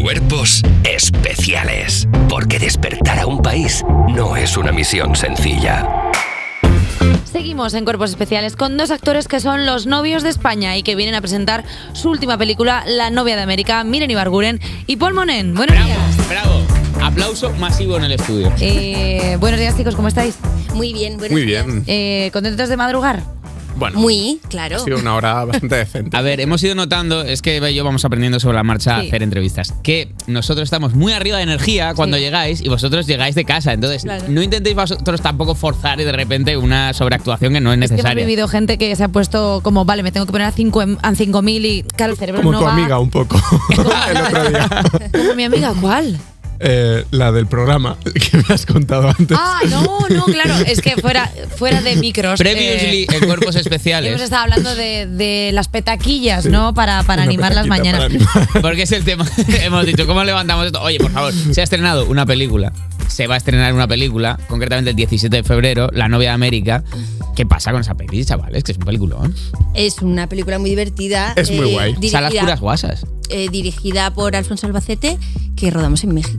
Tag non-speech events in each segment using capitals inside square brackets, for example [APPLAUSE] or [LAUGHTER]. Cuerpos especiales. Porque despertar a un país no es una misión sencilla. Seguimos en Cuerpos Especiales con dos actores que son los novios de España y que vienen a presentar su última película, La novia de América, Miren Ibarguren y Paul Monen. Buenos días. Bravo. Aplauso masivo en el estudio. Eh, buenos días, chicos, ¿cómo estáis? Muy bien, buenos Muy días. bien. Eh, ¿Contentos de madrugar? Bueno, Muy, ha claro. sido una hora bastante decente. Ah, A ver, hemos ido notando, es que Bea y yo vamos aprendiendo sobre la marcha a Sí. hacer entrevistas, que nosotros estamos muy arriba de energía cuando Sí. llegáis y vosotros llegáis de casa. Entonces, Claro. no intentéis vosotros tampoco forzar y de repente una sobreactuación que no es Es que hemos necesaria. vivido gente que se ha puesto como, vale, me tengo que poner a cinco em- a 5.000 y claro, el cerebro Como no tu va. amiga un [LAUGHS] poco el otro día. ¿Como mi amiga cuál? Eh, la del programa que me has contado antes. Ah, no, no, claro, es que fuera, fuera de micros. Previously eh, [LAUGHS] en cuerpos especiales. hemos estado hablando de, de las petaquillas, ¿no? Para, para Una animar las petaquita mañanas. para [LAUGHS] animar. Porque es el tema. [LAUGHS] Hemos dicho, ¿cómo levantamos esto? Oye, por favor, se ha estrenado una película. Se va a estrenar una película, concretamente el 17 de febrero, La novia de América. ¿Qué pasa con esa peli, chavales? Que es un peliculón. Es una película muy divertida. eh, Es muy guay. Salas Dirigida, puras guasas. eh, dirigida por Alfonso Albacete, que rodamos en México.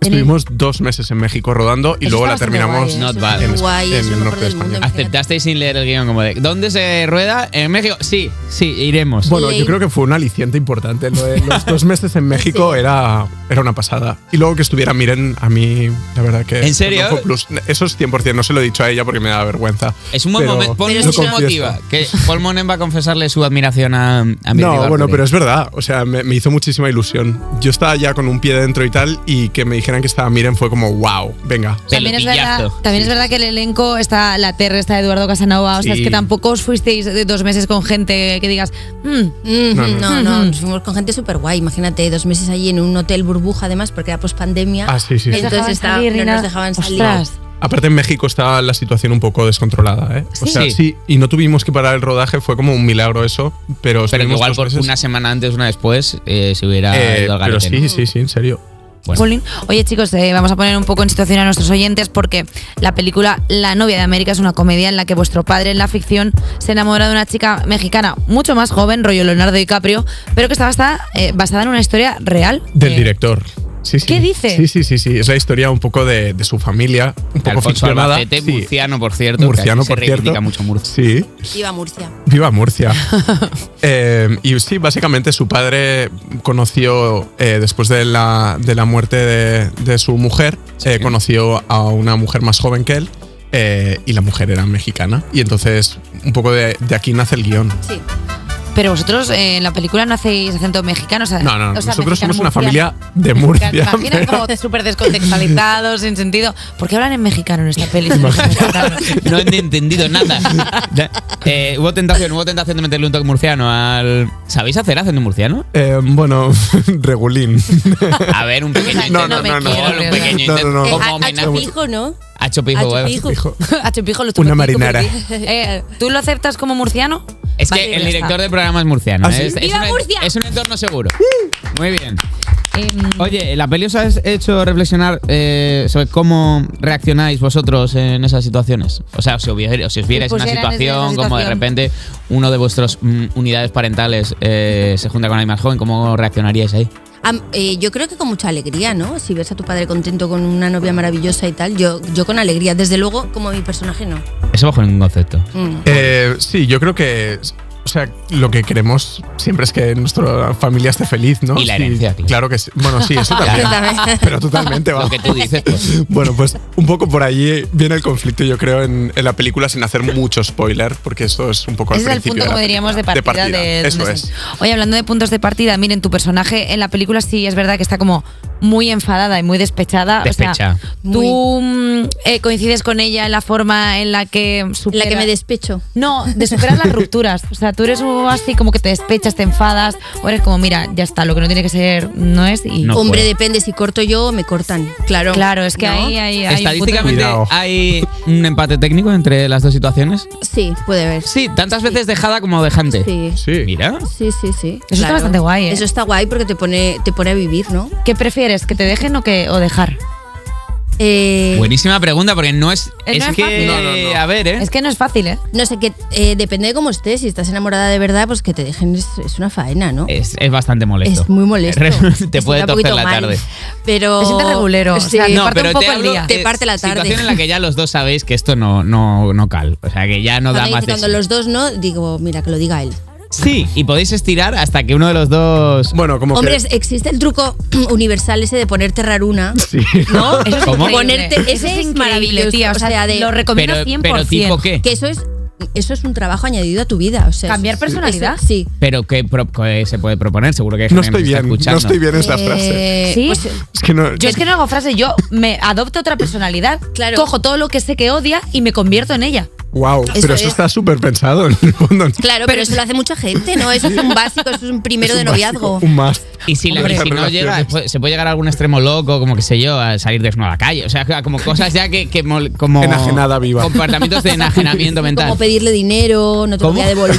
Estuvimos dos meses en México rodando y Eso luego la está terminamos bastante guay, ¿eh? Not en, bad. Espa- Guay, es en lo el mejor norte de del mundo. España. Aceptasteis sin leer el guión como de ¿Dónde se rueda? ¿En México? Sí, sí, iremos. Bueno, Sí. yo creo que fue un aliciente importante. Lo de los dos meses en México era, era una pasada. Y luego que estuviera Miren, a mí, la verdad que. ¿En serio? no fue plus. Eso es 100%, no se lo he dicho a ella porque me da vergüenza. es un buen Pero momento. Paul lo Monen se confieso. motiva. Que Paul Monen va a confesarle su admiración a, a Mirti No, bueno, Barcuri. pero es verdad. O sea, me, me hizo muchísima ilusión. Yo estaba ya con un pie dentro y tal, y que me dijeran que estaba Miren fue como, wow, venga. También es, verdad, Pelotillazo. también es verdad que el elenco está la Terre, está Eduardo Casanova. O sea, Sí. es que tampoco os fuisteis de dos meses con gente que digas, "Mm, Mm, No, No, no. no, nos fuimos con gente súper guay. Imagínate, dos meses allí en un hotel burbuja, además, porque era pospandemia. Ah, sí, sí. sí. Entonces dejaban estaba- salir ni no nos nada". dejaban salir. Ostras. Aparte, en México está la situación un poco descontrolada, ¿eh? O Sí. sea, sí, y no tuvimos que parar el rodaje, fue como un milagro eso, pero. Pero que estuvimos igual dos por meses- una semana antes, una después, eh, se hubiera Eh, ido al pero garete, sí, ¿no? sí, sí, en serio. Bueno. Jolín. Oye, chicos, eh, vamos a poner un poco en situación a nuestros oyentes porque la película La novia de América es una comedia en la que vuestro padre en la ficción se enamora de una chica mexicana mucho más joven, rollo Leonardo DiCaprio, pero que está basada, eh, basada en una historia real. Del Eh, director. Sí, sí. ¿Qué dice? Sí, sí, sí, sí. Es la historia un poco de, de su familia, un poco Alfonso ficcionada. Albacete, Sí. murciano, por cierto. que Murciano, aquí se por cierto. reivindica mucho Murcia. Sí. Iba a Murcia. [LAUGHS] Viva Murcia. Eh, y sí, básicamente su padre conoció, eh, después de la, de la muerte de, de su mujer, eh, conoció a una mujer más joven que él eh, y la mujer era mexicana. Y entonces un poco de, de aquí nace el guión. Sí. Pero vosotros eh, en la película no hacéis acento mexicano. o sea- No, no, o sea, nosotros somos una mexicano-murciano. familia de Murcia. ¿Te imaginas [LAUGHS] pero- como súper descontextualizados, sin sentido? ¿Por qué hablan en mexicano en esta peli? No he entendido nada. [LAUGHS] Eh, hubo tentación, hubo tentación de meterle un toque murciano al. ¿Sabéis hacer acento murciano? Eh, bueno, [LAUGHS] [LAUGHS] regulín. A ver, un pequeño Pues, intento. no, no, no, Paul, un no. pequeño No, no, intento. no. Eh, Como a- homenaje. Achopijo, ¿no? A Chopijo, eh. Achopijo. [LAUGHS] Hijo. A Chupijo lo Una tuvo- marinara. [LAUGHS] Eh, ¿Tú lo aceptas como murciano? Es que Vale, el ya director está. del programa es murciano. ¿Ah, ¿eh? sí? es, es ¡Viva un en- Murcia! es un entorno seguro. Muy bien. Em, Oye, la peli os ha hecho reflexionar eh, sobre cómo reaccionáis vosotros en esas situaciones. O sea, si, hubiera- si os vierais Si una pusieran situación, en esa como de situación. repente uno de vuestros mm, unidades parentales eh, se junta con alguien más joven, ¿cómo reaccionaríais ahí? Am- eh, yo creo que con mucha alegría, ¿no? Si ves a tu padre contento con una novia maravillosa y tal, yo, yo con alegría. Desde luego, como mi personaje, no. Eso bajo ningún concepto. Mm. Eh, sí, yo creo que. O sea, lo que queremos siempre es que nuestra familia esté feliz, ¿no? Y la Sí, herencia, claro. que sí. Bueno, sí, [LAUGHS] eso también. También. pero totalmente va. Lo que tú dices. pues. Bueno, pues un poco por allí viene el conflicto, yo creo, en, en la película, sin hacer mucho spoiler, porque esto es un poco Ese es el el punto, principio. de la como diríamos, de partida. De partida, de- eso donde es. se- Oye, hablando de puntos de partida, miren, tu personaje en la película sí es verdad que está como muy enfadada y muy despechada. O Despecha. sea, tú mm, eh, coincides con ella en la forma en la que La supera- que me despecho. No, de superar las rupturas. O sea, tú eres un- así como que te despechas, te enfadas, o eres como, mira, ya está, lo que no tiene que ser no es. Y No. Hombre, puedo. depende, si corto yo me cortan. Claro. claro, es que ¿No? ahí, ahí hay un punto- Estadísticamente Cuidado. hay un empate técnico entre las dos situaciones. Sí, puede haber. Sí, tantas veces dejada como dejante. Sí. Sí. Mira. Sí, sí, sí. está bastante guay, ¿eh? Eso está guay porque te pone, te pone a vivir, ¿no? ¿Qué prefieres, que te dejen o que o dejar? Eh, Buenísima pregunta, porque no es. Eh, Es, no es que. fácil. No, no, no. A ver, ¿eh? Es que no es fácil, ¿eh? No sé, que eh, depende de cómo estés. Si estás enamorada de verdad, pues que te dejen es, es una faena, ¿no? Es, es bastante molesto. Es [LAUGHS] muy molesto. Te Está puede torcer un poquito la mal, tarde. Pero. Te sientes regulero, o sea, te No, parte pero un te poco el hablo día. de Te parte la tarde. Situación en la que ya los dos sabéis que esto no, no, no cal. O sea, que ya no da cuando, más de cuando sí. los dos no, digo, mira, que lo diga él. Sí, y podéis estirar hasta que uno de los dos. Bueno, como Hombres, que. existe el truco [CLEARS THROAT] universal ese de ponerte raruna. Sí. [LAUGHS] ¿No? Eso es ¿Cómo? increíble. Ponerte, Eso ese es, increíble, maravilloso. tía, O sea, de, lo recomiendo pero, 100%. pero tipo qué? que eso es, eso es un trabajo añadido a tu vida. O sea, ¿Cambiar eso- personalidad? eso- sí. Pero qué pro- qué se puede proponer, seguro que hay No gente que nos estoy está bien, no escuchando. estoy bien esta frase. Eh, ¿Sí? pues, Es que no. Yo es que no hago frase, yo me adopto otra personalidad, Claro. cojo todo lo que sé que odia y me convierto en ella. wow, pero eso es. está súper pensado en el fondo. claro, pero, eso lo hace mucha gente, ¿no? [LAUGHS] Eso es un básico, eso es un primero Es de un noviazgo. básico, Un más. Y si, la- Hombre, y si no relaciones. llega, puede- se puede llegar a algún extremo loco, como que sé yo, a salir desnudo a la calle. O sea, como cosas ya que. que mol- como Enajenada viva. Comportamientos de [LAUGHS] enajenamiento mental. Como pedirle dinero, no te lo ¿Cómo? voy [LAUGHS] a devolver.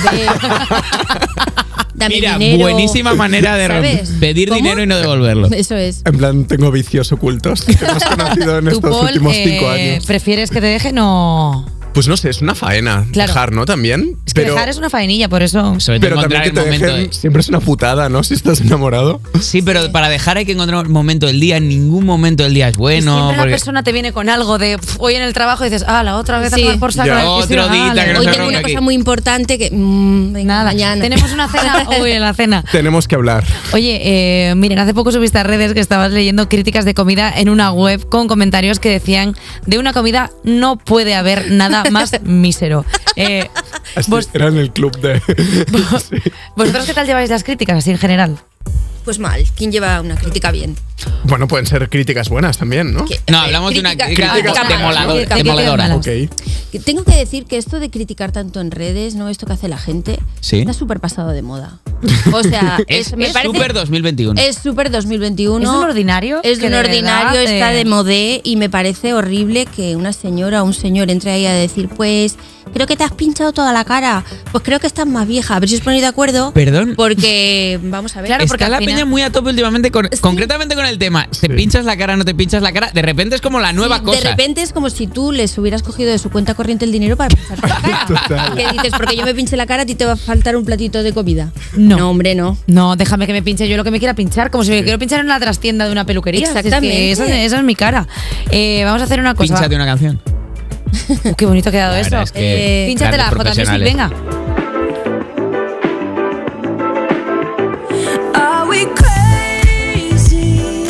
Dame Mira, dinero. buenísima manera de rom- ¿Sabes? pedir ¿Cómo? dinero y no devolverlo. Eso es. En plan, tengo [LAUGHS] vicios ocultos que hemos conocido en Tú, estos Paul, últimos cinco eh, años. ¿prefieres que te dejen o...? Pues no sé, es una faena Claro. dejar, ¿no? También. Es que pero dejar es una faenilla, por eso... Sobre todo pero también encontrar que el te momento. dejen. de- Siempre es una putada, ¿no? Si estás enamorado. sí, pero para dejar hay que encontrar un momento del día. Ningún momento del día es Y bueno. siempre la Eh, porque- persona te viene con algo de "Pf, hoy en el trabajo y dices, ah, la otra vez a Sí. tomar por saco. Ya. la Otro piscina, dita vale". que no Hoy se tengo una aquí. cosa muy importante que. mm, venga, Nada, mañana. tenemos una [LAUGHS] cena hoy en la cena. [LAUGHS] Tenemos que hablar. Oye, eh, miren, hace poco subiste a redes que estabas leyendo críticas de comida en una web con comentarios que decían de una comida no puede haber nada más [LAUGHS] mísero. Eh, Así vos- era en el club [LAUGHS] de. [LAUGHS] Sí. ¿Vosotros qué tal lleváis las críticas así en general? Pues mal. ¿Quién lleva una crítica bien? Bueno, pueden ser críticas buenas también, ¿no? Que- No, hablamos de una crítica crítica mala, demoladora- crítica de mala. demoledora. malas. Ok. [LAUGHS] Que Tengo que decir que esto de criticar tanto en redes, ¿no? Esto que hace la gente, Sí. está súper pasado de moda. O sea, [LAUGHS] Es es, me parece- súper 2021. Es súper Es 2021. de un ordinario Es que de un de ordinario, verdad, está eh, de modé y me parece horrible que una señora o un señor entre ahí a decir, pues creo que te has pinchado toda la cara, pues creo que estás más vieja. A ver si os ponéis de acuerdo. Perdón. Porque, vamos a ver. Claro, Está porque al la final- peña muy a tope últimamente, con- concretamente con el tema. ¿Te pinchas la cara, no te pinchas la cara? De repente es como la nueva Sí, cosa. De repente es como si tú les hubieras cogido de su cuenta corriente el dinero para pincharte la cara. Total. Que dices, porque yo me pinche la cara, a ti te va a faltar un platito de comida. No. hombre, no. No, déjame que me pinche yo lo que me quiera pinchar, como si me quiero pinchar en una trastienda de una peluquería. Si es que Exactamente. esa, es- esa es mi cara. Eh, vamos a hacer una cosa. Pínchate una canción. Uh, qué bonito ha quedado La eso. verdad es que Eh, Pínchatela, grandes J. Music, profesionales. venga. Are we crazy?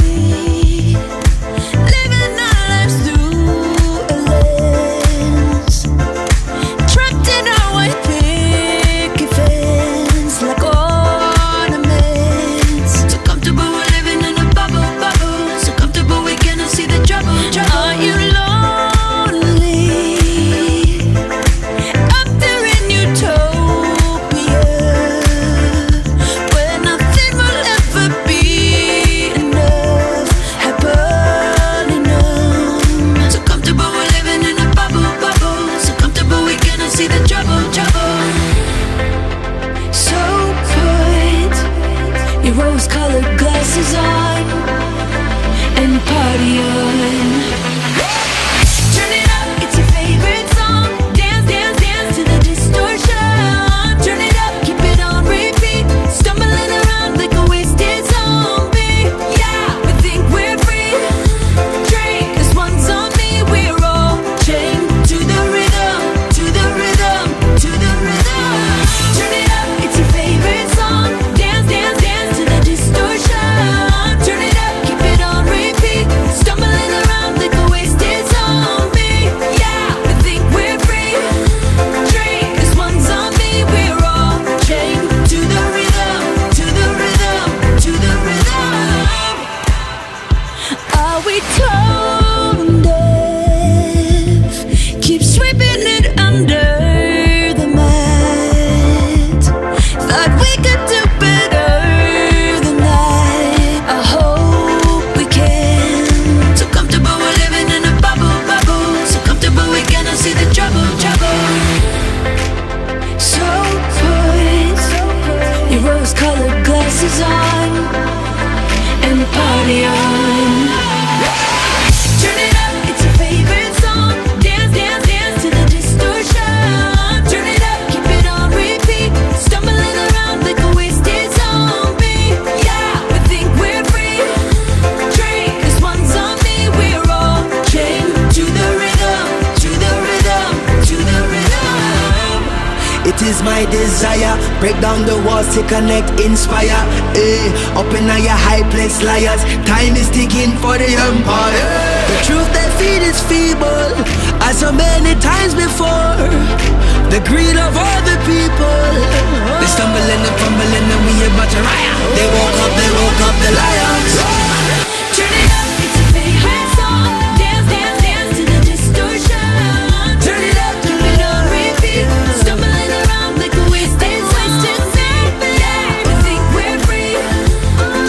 Living our lives through a lens. Trapped in our white picket fence like ornaments. So comfortable we're living in a bubble, bubble. So comfortable we cannot see the trouble, trouble. Are you lonely? Up there in Utopia. is my desire. Break down the walls to connect, inspire. Eh, up in all your high place, liars. Time is ticking for the empire. The truth they feed is feeble, as so many times before. The greed of other people. They stumble and fumble and we about to riot. They woke up, they woke up, the lions. Turn it up, it's a big hands on. Dance, dance, dance to the distortion. Turn it up, keep it on repeat. Stumbling around like a wasted, wasted symphony. We think we're free.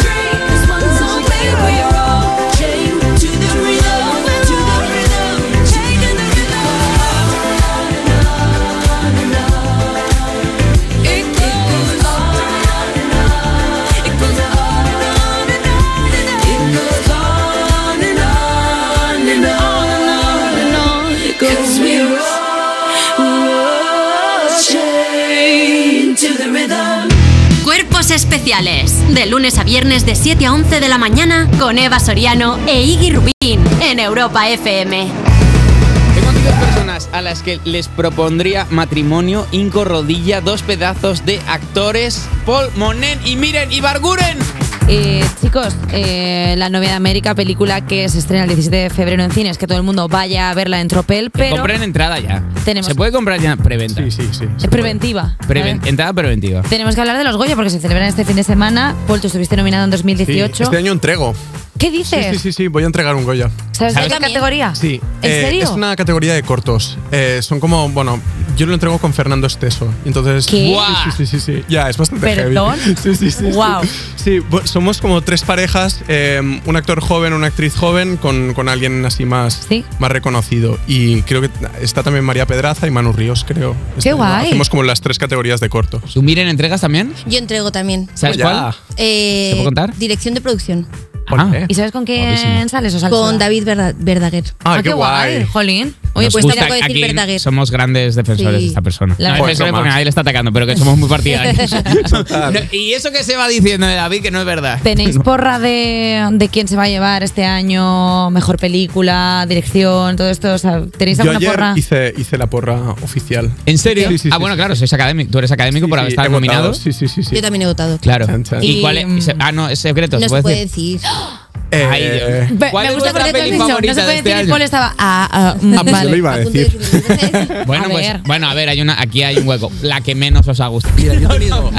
Drink this one song, babe, we're all chained to the rhythm, to the rhythm, chained to the rhythm. On and on and on. It goes on and on. It goes on and on and on and on. It goes on and on and on and on and on. Cause we're all chained to the rhythm. Cuerpos especiales. De lunes a viernes de 7 a 11 de la mañana con Eva Soriano e Iggy Rubín en Europa FM. Tengo aquí dos personas a las que les propondría matrimonio, Inco Rodilla, dos pedazos de actores, Paul Monen y Miren Ibarguren. Eh, chicos, eh, La novia de América, película que se estrena el 17 de febrero en cines, que todo el mundo vaya a verla en tropel, pero Compren entrada ya. Tenemos- Se puede comprar ya preventa. Sí, sí, sí. es preventiva. Preven- ¿vale? entrada preventiva. Tenemos que hablar de los Goya porque se celebran este fin de semana. Paul, tú estuviste nominado en Sí, 2018. Este año entrego. ¿Qué Sí, dices? sí, sí, sí, voy a entregar un Goya. ¿Sabes de ¿Sabes? qué categoría? Sí. ¿En eh, serio? Es una categoría de cortos. Eh, son como, bueno, yo lo entrego con Fernando Esteso. Entonces, ¿Qué? Sí, sí, sí, sí. Ya, es bastante ¿Perdón? heavy. [LAUGHS] Sí, sí, sí. sí. Guau. Sí, bu- somos como tres parejas, eh, un actor joven, una actriz joven, con, con alguien así más, Sí. más reconocido. Y creo que está también María Pedraza y Manu Ríos, creo. Este año. guay. Hacemos como las tres categorías de cortos. ¿Tú Miren entregas también? Yo entrego también. ¿Sabes Pues ya. cuál? Eh, ¿Te puedo contar? Dirección de producción. Ole. Ah. ¿Y sabes con quién Guapísimo. sales? o sales Con sola? David Verda- Verdaguer. Ah, Ah, qué guay. Jolín. Oye, Nos pues gusta mira, tengo que decir Verdaguer. somos grandes defensores Sí. de esta persona. La No, verdad. defensores Pues no porque más. nadie le está atacando, pero que somos muy [LAUGHS] partidarios. Total. No, y eso que se va diciendo de David que no es verdad. [LAUGHS] ¿Tenéis porra de, de quién se va a llevar este año? Mejor película, dirección, todo esto. O sea, ¿Tenéis Yo alguna ayer porra? hice, hice la porra oficial. ¿En serio? Sí, sí, sí, ah, bueno, sí, claro, sí. sois académico. Tú eres académico por Sí, sí, he estar votado. nominado. Sí, sí, sí. sí. Yo también he votado. Claro. Chan, chan. ¿Y Y, cuál es? mm, Ah, no, es secreto. No se puede puede decir? decir. Eh, Ay, Dios. Ve- ¿Cuál me es gusta porque vuestra tú has peli dicho, favorita no se de puede este decir año? cuál estaba. [LAUGHS] Ah, ah, mm, pues yo vale. lo iba a A punto de decir. [LAUGHS] decirlo. Bueno, A pues, ver. bueno, a ver, hay una, aquí hay un hueco. La que menos os ha gustado. Mira, yo he [LAUGHS] tenido-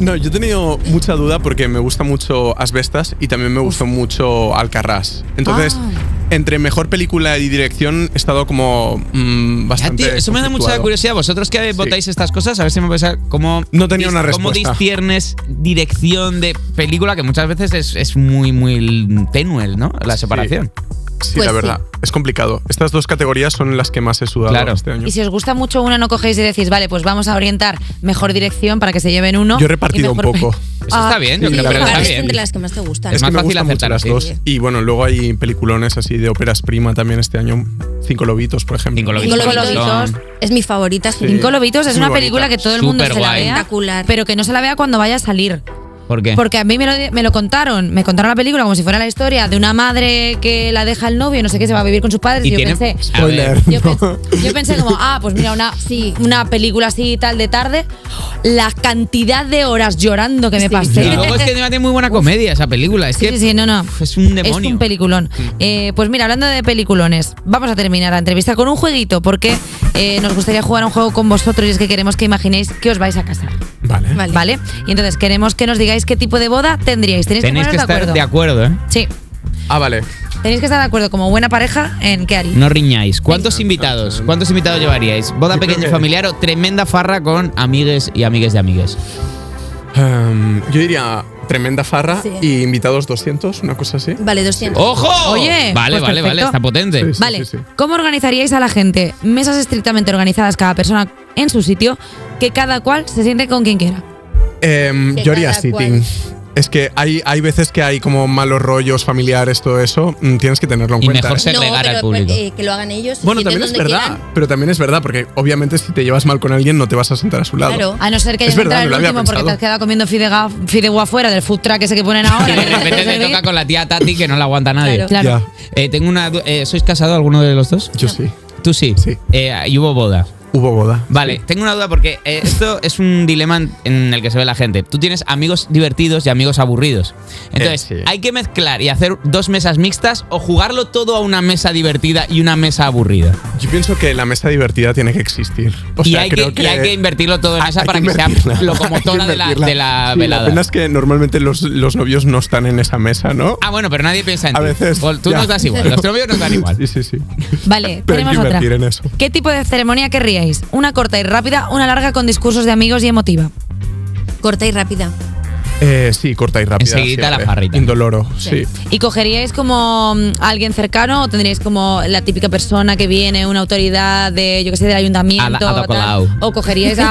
No, yo he tenido mucha duda porque me gusta mucho Asbestas y también me gustó mucho Alcarrás. Entonces, Ah. entre mejor película y dirección he estado como mm, Ya, bastante. tío, eso me da mucha conflictuado. curiosidad. Vosotros que votáis estas cosas, a ver si me vais a. ¿Cómo, No tenía una ¿Cómo respuesta. distiernes dirección de película? Que muchas veces es, es muy, muy tenue, ¿no? La separación. Sí, Pues la sí. verdad. Es complicado. Estas dos categorías son las que más he sudado Claro. este año. Y si os gusta mucho una, no cogéis y decís, vale, pues vamos a orientar mejor dirección para que se lleven uno. Yo he repartido y un mejor poco. pe- Eso está bien, yo Sí, creo la que está verdad Ah, claro, es bien. entre las que más te gustan. Es que más me fácil gustan mucho aceptar, las sí. dos. Y bueno, luego hay peliculones así de óperas prima también este año. Cinco lobitos, por ejemplo. Cinco Cinco Lobitos. Lobitos Son- es mi favorita. es Sí. Cinco Lobitos es Muy una bonita. película que todo el mundo se la Superguay. vea, Espectacular. pero que no se la vea cuando vaya a salir. ¿Por qué? Porque a mí me lo, me lo contaron, me contaron la película como si fuera la historia de una madre que la deja el novio, no sé qué, se va a vivir con sus padres. Y, yo [LAUGHS] pensé, a ver, Spoiler. yo, pens- yo pensé como, ah, pues mira, una, sí, una película así y tal de tarde. La cantidad de horas llorando que me pasé. y luego es que encima tiene muy buena comedia esa película. Es [LAUGHS] Sí, que sí, sí, no, no. pf, es un demonio. Mm. Es un peliculón. Eh, pues mira, hablando de peliculones, vamos a terminar la entrevista con un jueguito, porque eh, nos gustaría jugar a un juego con vosotros y es que queremos que imaginéis que os vais a casar. Vale. Vale. ¿Vale? Y entonces queremos que nos digáis qué tipo de boda tendríais. Tenéis, Tenéis que que, poneros estar de acuerdo, ¿eh? Sí. Ah, vale. Tenéis que estar de acuerdo como buena pareja en qué haréis. No riñáis. ¿Cuántos invitados? ¿Cuántos invitados llevaríais? ¿Boda Yo creo pequeña y que- familiar o tremenda farra con amigues y amigues de amigues? Em, yo diría tremenda farra Sí. y invitados 200, una cosa así. Vale, 200. ¡Ojo! Oye, Vale, pues vale, vale, perfecto. está potente. Sí, sí. Vale, ¿cómo organizaríais a la gente? Mesas estrictamente organizadas, cada persona en su sitio, que cada cual se siente con quien quiera. Em, Que yo haría cada sitting. cual. Es que hay, hay veces que hay como malos rollos familiares, todo eso. mm, Tienes que tenerlo en Y cuenta. mejor ¿eh? se regala al pero, público. eh, que lo hagan ellos. se Bueno, sienten también es donde verdad. quieran. Pero también es verdad, porque obviamente si te llevas mal con alguien no te vas a sentar a su lado. Claro. A no ser que Es hayas verdad, entrado no lo el había último porque te pensado. has quedado comiendo fidega, fideuá fuera del food truck ese que ponen ahora. Y que no de te repente puede te toca servir. con la tía Tati que no la aguanta nadie. Claro. Ya, Eh, tengo una. du- eh, ¿Sois casado alguno de los dos? yo sí. ¿Tú sí? Sí. Eh, y hubo boda. Hubo boda. Vale, tengo una duda porque eh, esto es un dilema en- en el que se ve la gente. Tú tienes amigos divertidos y amigos aburridos. Entonces, Eh, sí. ¿hay que mezclar y hacer dos mesas mixtas o jugarlo todo a una mesa divertida y una mesa aburrida? Yo pienso que la mesa divertida tiene que existir. O y, sea, hay creo que, y hay que invertirlo todo en esa hay para que, invertirla. sea [LAUGHS] locomotora Hay que de la, invertirla. de la Sí, velada. pena es que normalmente los, los novios no están en esa mesa, ¿no? Ah, bueno, pero nadie piensa en A ti. veces. Paul, Tú ya. nos das igual, los novios nos dan igual. Sí, sí, sí. Vale, Pero hay tenemos que otra. invertir en eso. ¿Qué tipo de ceremonia querríais? ¿Una corta y rápida, una larga con discursos de amigos y emotiva? Corta y rápida. Eh, sí, corta y rápida. Enseguida la siempre. farrita. Indoloro, sí. ¿Y cogeríais como mm, a alguien cercano o tendríais como la típica persona que viene, una autoridad de, yo qué sé, del ayuntamiento? Ada- Ada tal? Colau. O cogeríais [LAUGHS] a.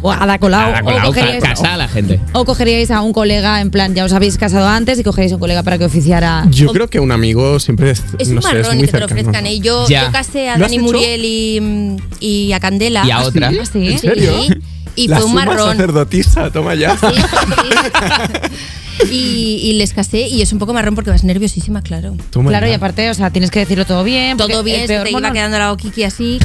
o a Ada Colau. Nada, o con la otra, cogeríais- casa a la gente. O cogeríais a un colega, en plan, ya os habéis casado antes y cogeríais a un colega para que oficiara. Yo creo que un amigo siempre es. Ah, Es no un sé, es marrón muy que te lo cercano. ofrezcan. ¿eh? Yo, Ya. yo casé a ¿Lo has Dani hecho? Muriel y, mm, y a Candela. Y a otra. ¿Ah, sí? ¿En serio? Sí, y la fue un suma marrón. sacerdotisa, toma ya. Sí, sí, [LAUGHS] sí. Y, y les casé y es un poco marrón porque vas nerviosísima, claro. [LAUGHS] Toma Claro, ya. y aparte, o sea, tienes que decirlo todo bien. Todo porque bien, el se peor te iba mono- quedando la Kiki así.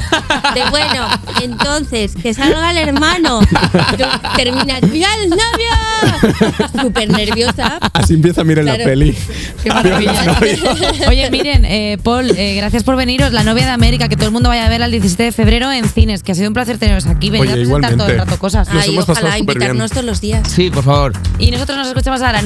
De bueno, entonces, que salga el hermano. Tú Terminas, mira el novio. Súper nerviosa. Así empieza, miren la Claro. peli. Qué Adiós, maravilla. [LAUGHS] novio. Oye, miren, eh, Paul, eh, gracias por veniros. La novia de América, que todo el mundo vaya a verla el 17 de febrero en cines, que ha sido un placer teneros aquí. Venid Oye, a presentar todo el igualmente. rato cosas. Nos Ay, hemos pasado ojalá superbién. invitarnos todos los días. Sí, por favor. Y nosotros nos escuchamos ahora en